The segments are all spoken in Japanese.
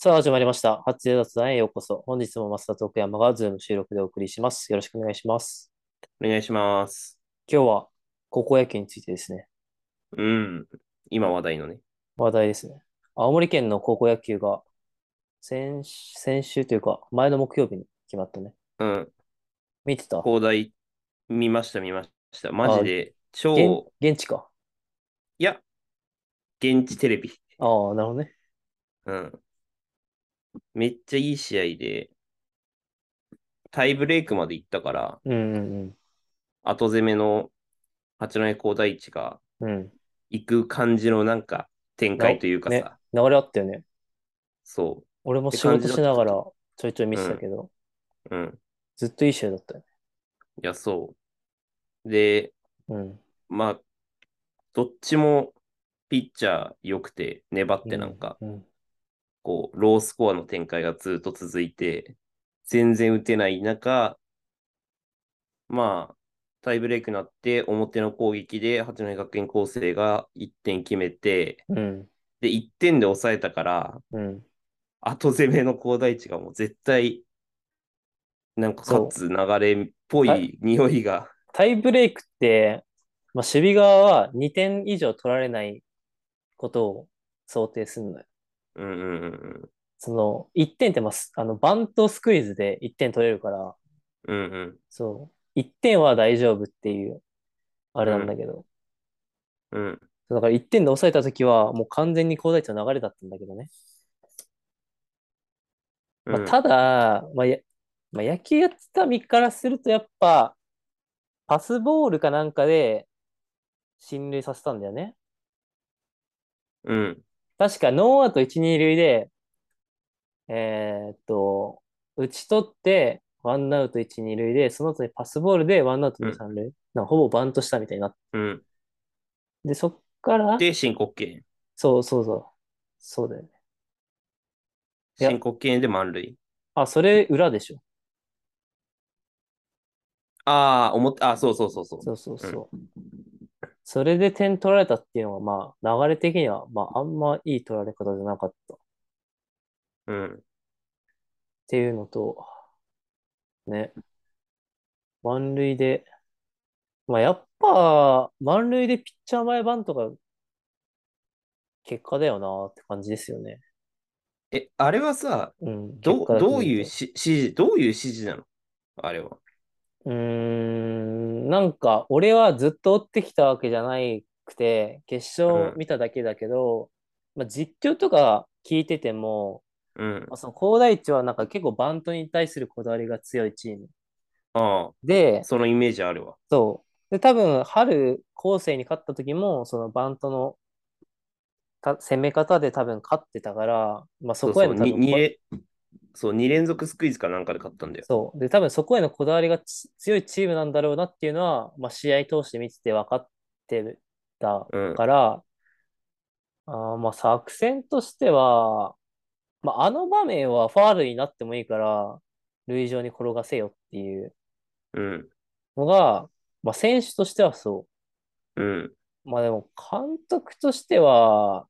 さあ、始まりました。初出雑談へようこそ。本日も増田徳山がズーム収録でお送りします。よろしくお願いします。お願いします。今日は高校野球についてですね。うん。今話題のね。話題ですね。青森県の高校野球が先、先週というか、前の木曜日に決まったね。うん。見てた広大、見ました、見ました。マジで、現超、現地か。いや、現地テレビ。ああ、なるほどね。うん。めっちゃいい試合で、タイブレークまで行ったから、うんうん後攻めの八戸工大一がうん。うん。行く感じのなんか展な開というかね、さ、流れあったよね。そう。っ俺もて仕感事じだしっなたがけらど、ちょいちょい見うてたん、けど、うん。ずっといい試合だったよね。いや、そう。で、うん。まあ、どっちもピッチャー良くて、粘っうてなんん。か、うん。こう、ロースコアの展開がずっと続いて、全然打てない中、まあ、タイブレークになって、表の攻撃で八戸学院光星が1点決めて、うん。で、1点で抑えたから、うん。後攻めの高大地がもう絶対、なんか勝そう。つ流れっぽタイい匂いが、タイブレイクって、まあ、守備側は2点以上取られないことを想定するのよ。うんうんうんその、1点ってます、あの、バントスクイズで1点取れるから、うん、うんうん、そう、1点は大丈夫っていう、あれうなんだんけど、うん、そうだから1点で抑えたときは、もう完全に高台地の流れだったんだけどね。うまあ、ん、ただ、まあや、まあ、野球やってた身からすると、やっぱ、パスボールかなんかで進塁させたんだよね。うん、確か、ノーアウト1、2塁で、えーっと、打ち取って、ワンアウト1、2塁で、その後にパスボールで、ワンアウトう2、ん、 3塁。なんかほぼバントしたみたいになって。うん。で、そっから、で、申告敬遠。そうそうそう。そうだよね。いや、申告敬遠で満塁。あ、それ裏でしょ。ああ、思った、あ、そうそうそうそそうそうう。うん、そう。それで点取られたっていうのが、まあ、流れ的には、まあ、あんまいい取られ方じゃなかったっうん、ていうのと、ね、満塁で、まあ、やっぱ、満塁でピッチャー前バントが結果だよなって感じですよね。え、あれはさ、うん、結どう、果だとどう思ういうと。し指示、どういう指示なのあれは。うーん、なんか、俺はずっと追ってきたわけじゃないくて、決う勝ん、見ただけだけど、まあ、実況とか聞いてても、うん、まあ、その高台一はなんか結構バントに対するこだわりが強いチーム。ああ、で、そのイメージあるわ。そう。で、多分、春、後世に勝った時も、そのバントのか攻め方で多分勝ってたから、まあ、そそうこへそう、の多に、分にこ、れ、そう、2連続スクイズかなんかで勝ったんだよ。そう。で、多分そこへのこだわりがつ強いチームなんだろうなっていうのは、まあ、試合通して見てて分かってたうん、から、あーまあ作戦としては、まあ、あの場面はファールになってもいいから、塁上に転がせよっていううん、のが、まあ、選手としてはそう。うん。まあでも監督としては、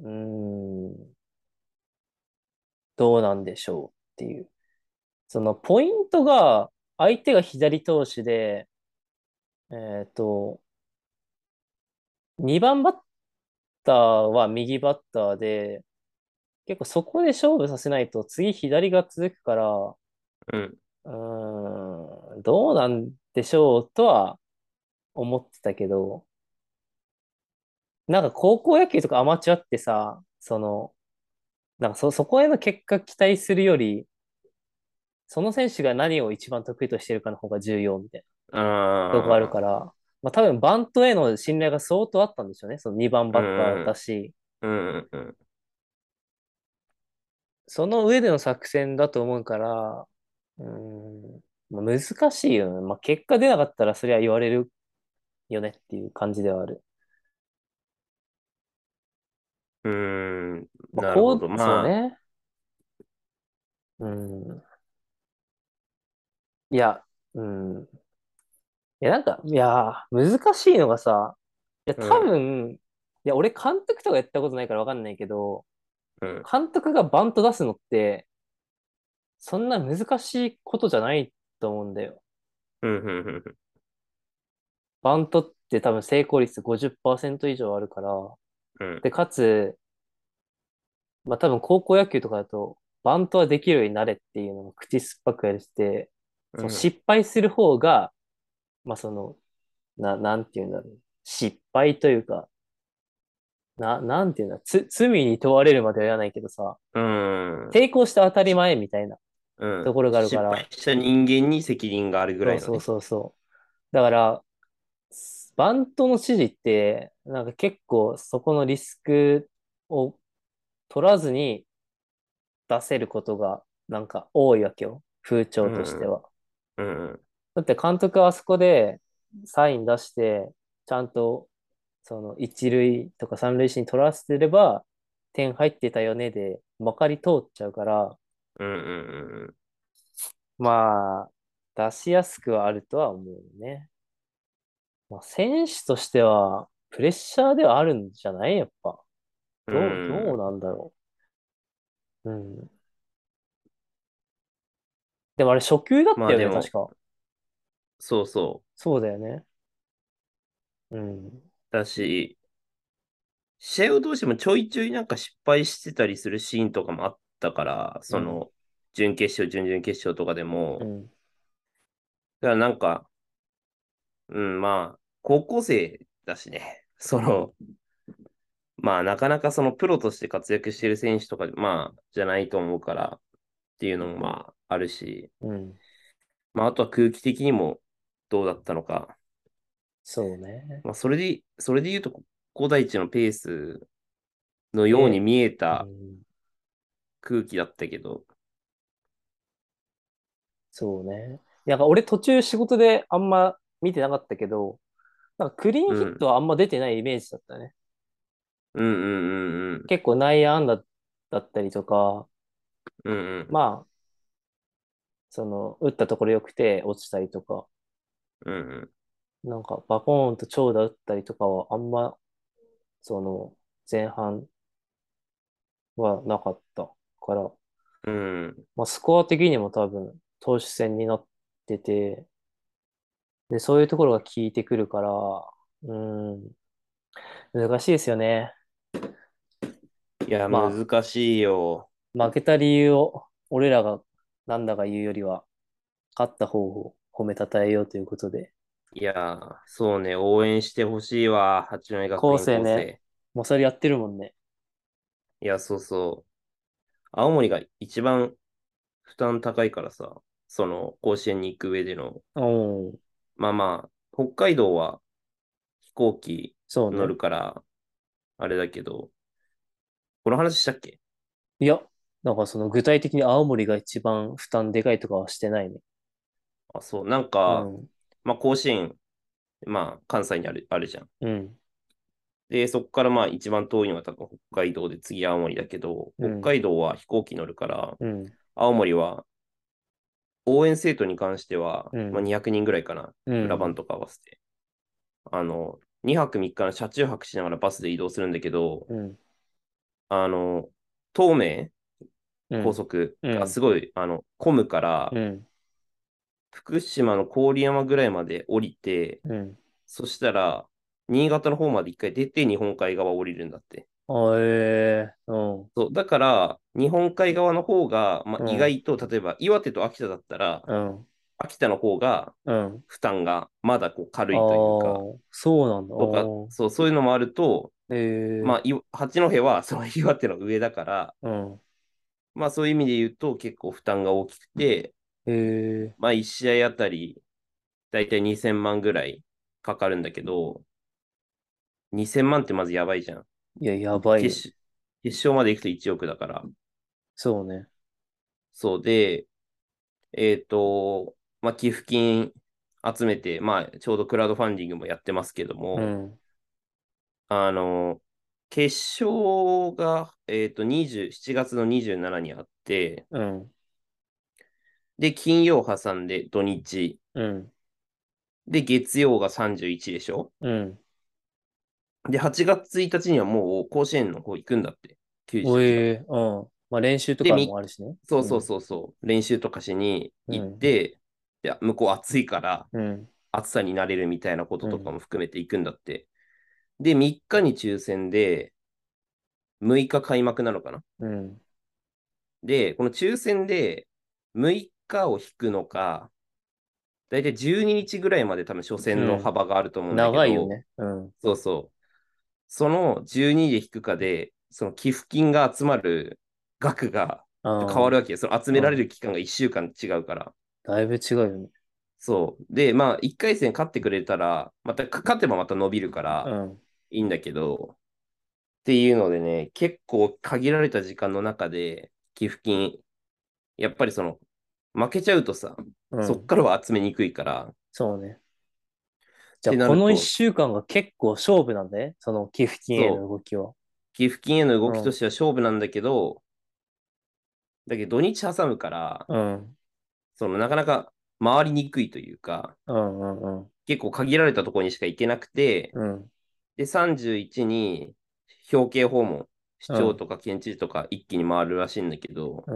うーん、どうなんでしょうっていう。そのポイントが、相手が左投手で、えっと、2番バッターは右バッターで、結構そこで勝負させないと次左が続くから、ううん、ーん、どうなんでしょうとは思ってたけど、なんか高校野球とかアマチュアってさ、その、なんかそ、そこへの結果期待するより、その選手が何を一番得意としてるかの方が重要みたいなとこあるあから、まあ多分バントへの信頼が相当あったんでしょうね。その2番あ、うバッターだん、し、うん、うん、その上での作戦だと思うから、うーん、まあ、難しいよね。まあ結果出なかったらそれは言われるよねっていう感じではある。うん、うーん、まあなるほこど。う、そうまあ、ね。うん。いや、うん。いや、なんか、いやー、難しいのがさ、いや、う多ん、分、いや、俺監督とかやったことないからわかんないけど、うん。監督がバント出すのって、そんな難しいことじゃないと思うんだよ。うん、うん、うんうん。バントって多分成功率50%以上あるから、うん。で、かつ、まあ多分高校野球とかだと、バントはできるようになれっていうのを口酸っぱくやるして、その失敗する方が、まあその、な、なんていうんだろう。失敗というか、な、なんていうんだ、つ、罪に問われるまでは言わないけどさ、うん。うん抵抗して当たり前みたいなうんところがあるから失敗した人間に責任があるぐらいのね。そうそうそうそう。だから、s- バントの指示って、なんか結構そこのリスクを取らずに出せることがなんか多いわけよ。風潮としては。うんうん。だって監督はあそこでサイン出して、ちゃんとその一塁とか三塁手に取らせてれば、点入ってたよねで、まかり通っちゃうから、うんうんうんうん。まあ、出しやすくはあるとは思うね。まあ、選手としては、プレッシャーではあるんじゃないやっぱ。どう、うんどうなんだろう。うん。でもあれ、初級だったよまあね、でも確か。そうそそうだよね。うん。う。だし、試合を通してもちょいちょいなんか失敗してたりするシーンとかもあったから、その、準決勝、準々決勝とかでも、うん。だからなんか、うん、まあ、高校生だしね、 その、まあ、なかなかそのプロとして活躍してる選手とか、まあ、じゃないと思うからっていうのもまあ、あるし、うん。まあ、あとは空気的にもどうだったのか、そうね。まあ、それで、それで言うと、高大地のペースのように見えたうん空気だったけど、そうね。なんか俺途中仕事であんま見てなかったけど、なんかクリーンヒットはあんま出てないイメージだったね。うんうんうんうん、結構内野安打だったりとか、うんうん、まあ、その、打ったところ良くて落ちたりとか、うんうん、なんかバコーンと長打打ったりとかはあんま、その、前半はなかったから、うん、まあ、スコア的にも多分投手戦になってて、で、そういうところが効いてくるから、うん、難しいですよね。いや、まあ難しいよ。負けた理由を俺らがなんだか言うよりは、勝った方を褒めたたえようということで、いやー、そうね、応援してほしいわ、八戸学院後世ねもうそれやってるもんね。いや、そうそう。青森が一番負担高いからさ、その甲子園に行く上での。うん、まあまあ、北海道は飛行機そう乗ねる。から、あれだけど、この話したっけいや、なんかその具体的に青森が一番負担でかいとかはしてないね。あ、そう、なんうか、ん、まあ甲子園、まあ関西にある、あるじゃん。うん、で、そこからまあ一番遠いのは多分北海道で次青森だけど、うん北海道は飛行機乗るから、うん、青森は、応援生徒に関しては、うんまあ、200人ぐらいかな、うん。裏番とか合わせて。あの、2泊3日の車中泊しながらバスで移動するんだけど、うん、あの、東名うん、高速うんがすごい、あの、混むから、うん、福島の郡山ぐらいまで降りて、うん。そしたら、新潟の方まで一回出て日本海側降りるんだって。あ、ええうん、そう、だから、日本海側の方が、まうんあ、意外と、例えば岩手と秋田だったら、うん、秋田の方がうん。負担がまだこう軽いああというか、ー、そうなんだ。とかあそうそういうのもあると、ーええまあ、い八戸はその岩手の上だから、うん、まあ、そういう意味で言うと結構負担が大きくて、ええまあ、1試合あたりだいたい2000万ぐらいかかるんだけど、2000万ってまずやばいじゃん。いや、やばいね。決勝決勝まで行くと1億だから。そうね。そうで、えっ、と、まあ、寄付金集めて、まあ、ちょうどクラウドファンディングもやってますけども、うん、あの、決勝が、えっと、20、7月の27にあって、うん、で、金曜挟んで土日、うん、で、月曜が31でしょうん。で、8月1日にはもう甲子園の方行くんだって、お99えうん。まあ練習とかもあるしね。そうそうそうそう、練習とかしに行って、で向こう暑いからうん。暑さになれるみたいなこととかも含めて行くんだって。で、3日に抽選で、6日開幕なのかなうん。で、この抽選で6日を引くのか、だいたい12日ぐらいまで多分初戦の幅があると思うんだけど、長いよね。うん。そうそう。その12で引くかで、その寄付金が集まる額が変変わるわけよ。その集められる期間が1週間違うから。だいぶ違うよね。そう。で、まあ、1回戦勝ってくれたら、またか勝てばまた伸びるから、うん。いいんだけど、っていうのでね、結構限られた時間の中で、寄付金、やっぱりその、負けちゃうとさ、うん、そっからは集めにくいから、そうね。じゃってなあ、るとこの1週間が結構勝負なんだね。その寄付金への動きは。寄付金への動きとしては勝負なんだけど、だけど土日挟むから、うん。そのなかなか回りにくいというか、うんうんうん。結構限られたところにしか行けなくて、うん。で、31に表敬訪問、市長とか県知事とか一気に回るらしいんだけど、う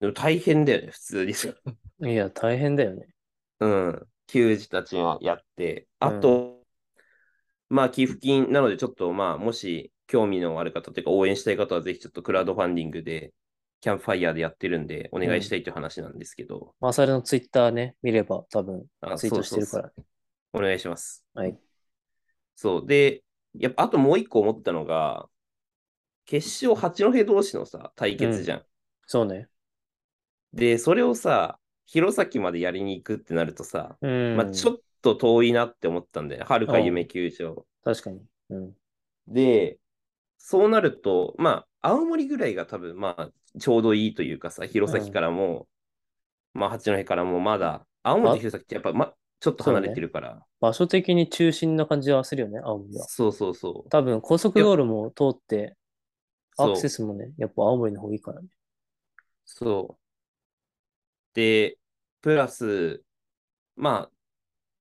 でも大変だよね、普通に。 ん。いや、大変だよね。うん、球児たちがやって、うんあと、まあ、寄付金なので、ちょっとまあ、もし興味のある方というか、応援したい方は、ぜひちょっとクラウドファンディングで、キャンプファイヤーでやってるんで、お願いしたいという話なんですけど、マサルのツイッターね、見れば多分あツイートしてるそかうそうら。そうお願いします。はい。そう。で、やっぱ、あともう一個思ったのが、決勝八戸同士のさ、対決じゃん。そうね。で、それをさ、弘前までやりに行くってなるとさ、うん。まあ、ちょっっと遠いなって思ったんだよね。はるか夢球場。と。確かに。うん。で、そうなると、まあ、青森ぐらいが多分、まあ、ちょうどいいというかさ、弘前からも、まあ、八戸からもまだ、青森と弘前ってやっぱ、ま、ちょっと離れてるから、場所的に中心な感じはするよね、青森は。そうそうそう。多分、高速道路も通って、アそうクセスもね、やっぱ青森の方いいからね。そう。で、プラス、まあ、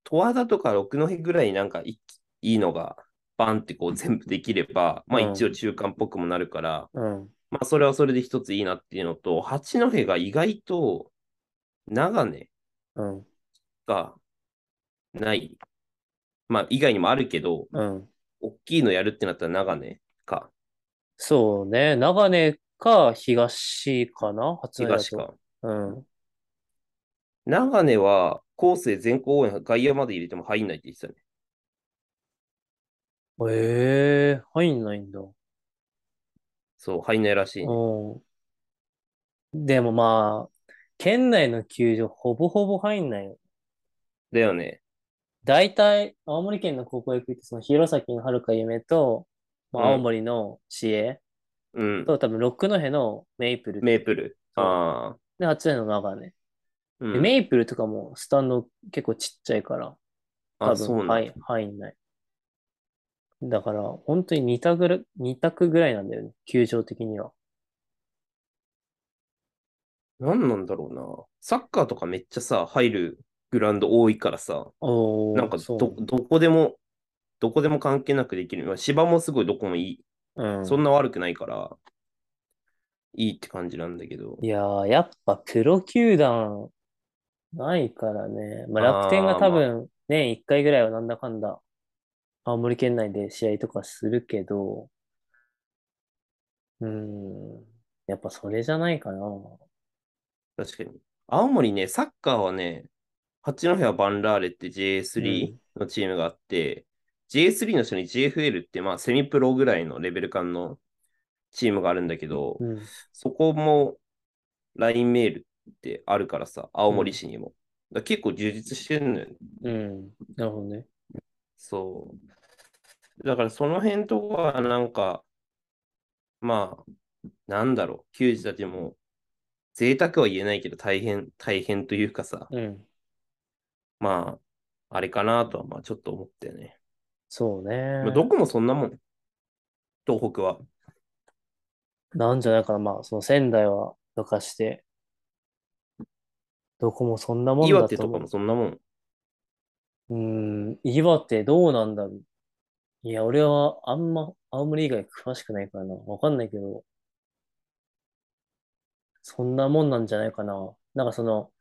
十和田とか六戸ぐらいなんかいいいのが、バンってこう全部できれば、まあうん一応中間っぽくもなるから、うん。まあ、それはそれで一ついいなっていうのと、八戸が意外と長野うん。がない。まあ、以外にもあるけど、うん。大きいのやるってなったら長野か、そうね。長根か東かな初音だと東か。うん。長野は、後世全校応援、外野まで入れても入んないって言ってたね。ええ入んないんだ。そう、入んないらしいね、うん。でもまあ、県内の球場ほぼほぼ入んないよ。だよね。大体、青森県の高校野球って、その弘前の遥か夢と、まあうん青森の市営うん。と、多分六戸のメイプルメープル。そうああ。で、八戸の長根。うでん、メイプルとかもスタンド結構ちっちゃいから、多あ、分そうなんだ入入んない。だから、本当に2択ぐらい、二択ぐらいなんだよね、球場的には。何なんだろうな。サッカーとかめっちゃさ、入るグラウンド多いからさ、おーなんかそうど、どこでも、どこでも関係なくできる。まあ芝もすごいどこもいい。うん、そんな悪くないから、いいって感じなんだけど。いやー、やっぱプロ球団ないからね。まあ、あ楽ー天が多分年1回ぐらいはなんだかんだ青森県内で試合とかするけど、うーん、やっぱそれじゃないかな。確かに。青森ね、サッカーはね、八戸はバンラーレって J3 のチームがあって、J3 の下に JFL って、まあ、セミプロぐらいのレベル感のチームがあるんだけど、うん、そこも LINE メールってあるからさ、青森市にも。だから結構充実してんのよね。うん、なるほどね。そう。だからその辺とかはなんか、まあ、なんだろう、球児たちも、贅沢は言えないけど、大変、大変というかさ、うん、まあ、あれかなとは、まあちょっと思ったよね。そうね。まあ、どこもそんなもん、東北は。なんじゃないかな。まあ、その仙台はどかして、どこもそんなもんだ岩手とと思かう。もそんなもん。うーん、岩手どうなんだろう。いや、俺はあんま、あ青森以外詳しくないからな。わかんないけど、そんなもんなんじゃないかな。なんかその、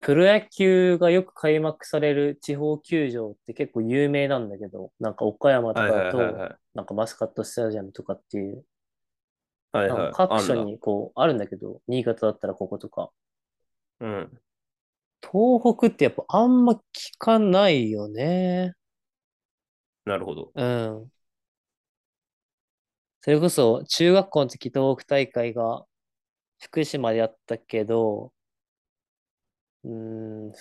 プロ野球がよく開幕される地方球場って結構有名なんだけど、なんか岡山とかはいはいだはいと、はい。なんかマスカットスタジアムとかっていう、はいなんはい。か各あん所だ。にこうあるんだけど、新潟だったらこことか。うん。東北ってやっぱあんま聞かないよね。なるほど。うん。それこそ中学校の時東北大会が福島でやったけど、うーん、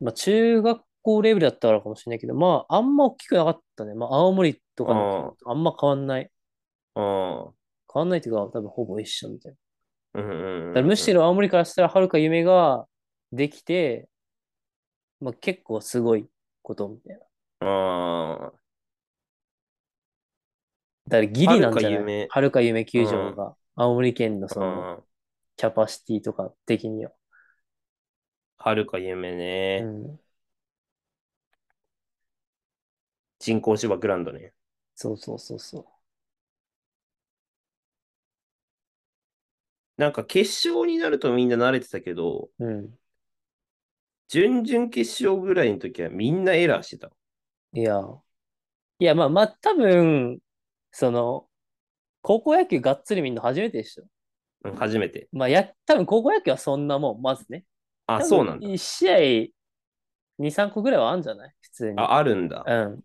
まあ中学校レベルだったからかもしれないけど、まああんま大きくなかったね。まあ青森とかの時とあんま変わんない。ああ。変わんないっていうか多分ほぼ一緒みたいな。うんうんうだんからむうしん。ろ青森からしたらはるか夢ができて、まあ結構すごいことみたいな。ああ。だからギリなんじゃなはるかい夢はるか夢球場うんが、青森県のその、ああ。キャパシティとか的には。はるか夢ね。うん。人工芝グラウンドね。そうそうそうそなんか決勝になるとみんな慣れてたけど、う。う準々決勝ぐらいの時はみんなエラーしてた。ん。いや。いや、まあまあ、多分、その、高校野球がっつり見るの初めてでしょ。うん初めて。まあ、や、多分高校野球はそんなもん、まずね。あ、多そう分なんだ。 1試合2、3個ぐらいはあるんじゃない普通に。あ、あるんだ。うあん。だ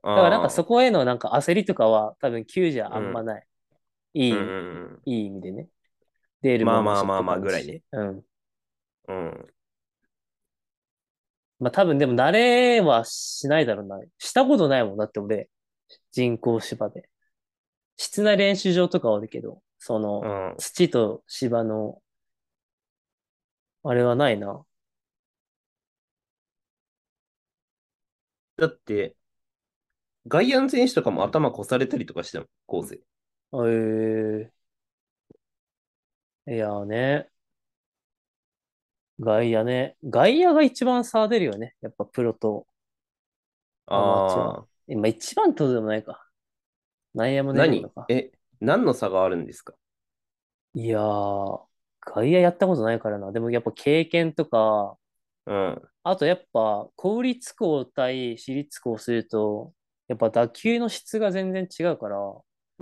からなんかあそこへのなんか焦りとかは多分球じゃあんまない。いい、うんうんいい意味でね。出るまあもんだしまあまあまあって感じぐらいね。うん。うん。うん。まあ多分でも慣れはしないだろうな。したことないもんだって俺、人工芝で。室内練習場とかはあるけど、その、うん土と芝の、あれはないな。だって、外野の選手とかも頭こされたりとかしてたもん、構成。ええいやーね。外野ね。外野が一番差出るよね。やっぱプロと。アマチュアああ。今一番とでもないか。内野も出る何のか。え、何の差があるんですかいやー、外野やったことないからな。でもやっぱ経験とか、うん。あとやっぱ公立校対私立校すると、やっぱ打球の質が全然違うから、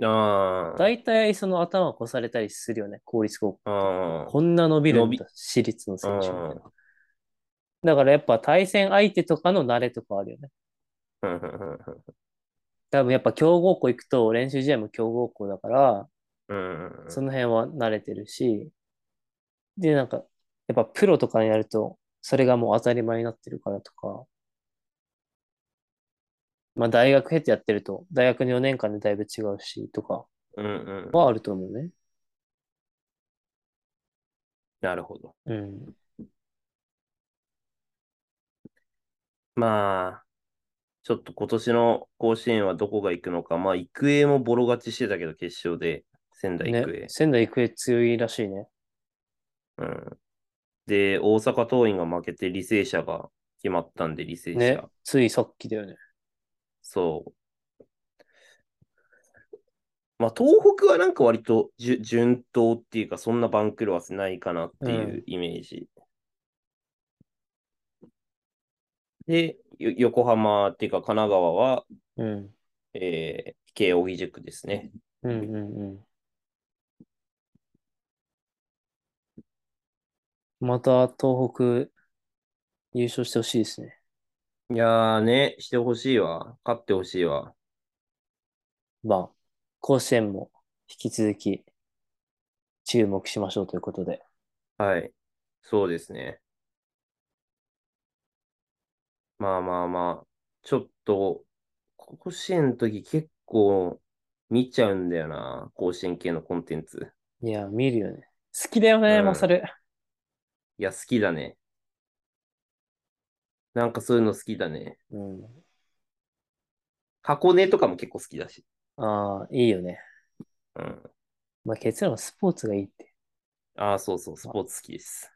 ああ。大体その頭を越されたりするよね、公立校。あこんな伸びるん伸びだ、私立の選手みたいうんな。だからやっぱ対戦相手とかの慣れとかあるよね。あ。うんうん多分やっぱ強豪校行くと練習試合も強豪校だから、うんうん。その辺は慣れてるし、で、なんか、やっぱプロとかになると、それがもう当たり前になってるからとか、まあ大学経ってやってると、大学の4年間でだいぶ違うし、とかうんうん。はあると思うね。なるほど。うん。まあ、ちょっと今年の甲子園はどこが行くのか。まあ、育英もボロ勝ちしてたけど、決勝で、仙台育英ね、。仙台育英強いらしいね。うん。で、大阪桐蔭が負けて、履正社が決まったんで、履正社。ね、ついさっきだよね。そう。まあ、東北はなんか割とじゅ順当っていうか、そんな番狂わせないかなっていううイメージ。で、よ横浜っていうか、神奈川は、うん。えー、慶応義塾ですね。うんうんうん。また東北優勝してほしいですね。いやーね、してほしいわ。勝ってほしいわ。まあ、甲子園も引き続き注目しましょうということで。はい。そうですね。まあまあまあ、ちょっと、甲子園の時結構見ちゃうんだよな。甲子園系のコンテンツ。いや、見るよね。好きだよね、うんマサル。いや、好きだね。なんかそういうの好きだね。うん。箱根とかも結構好きだし。ああ、いいよね。うん。まあ、結論はスポーツがいいって。ああ、そうそう、スポーツ好きです。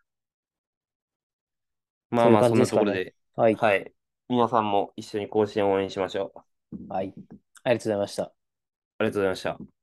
まあまあ、そそうんいう感なじところでで、はい。はい。皆さんも一緒に甲子園応援しましょう。はい。ありがとうございました。ありがとうございました。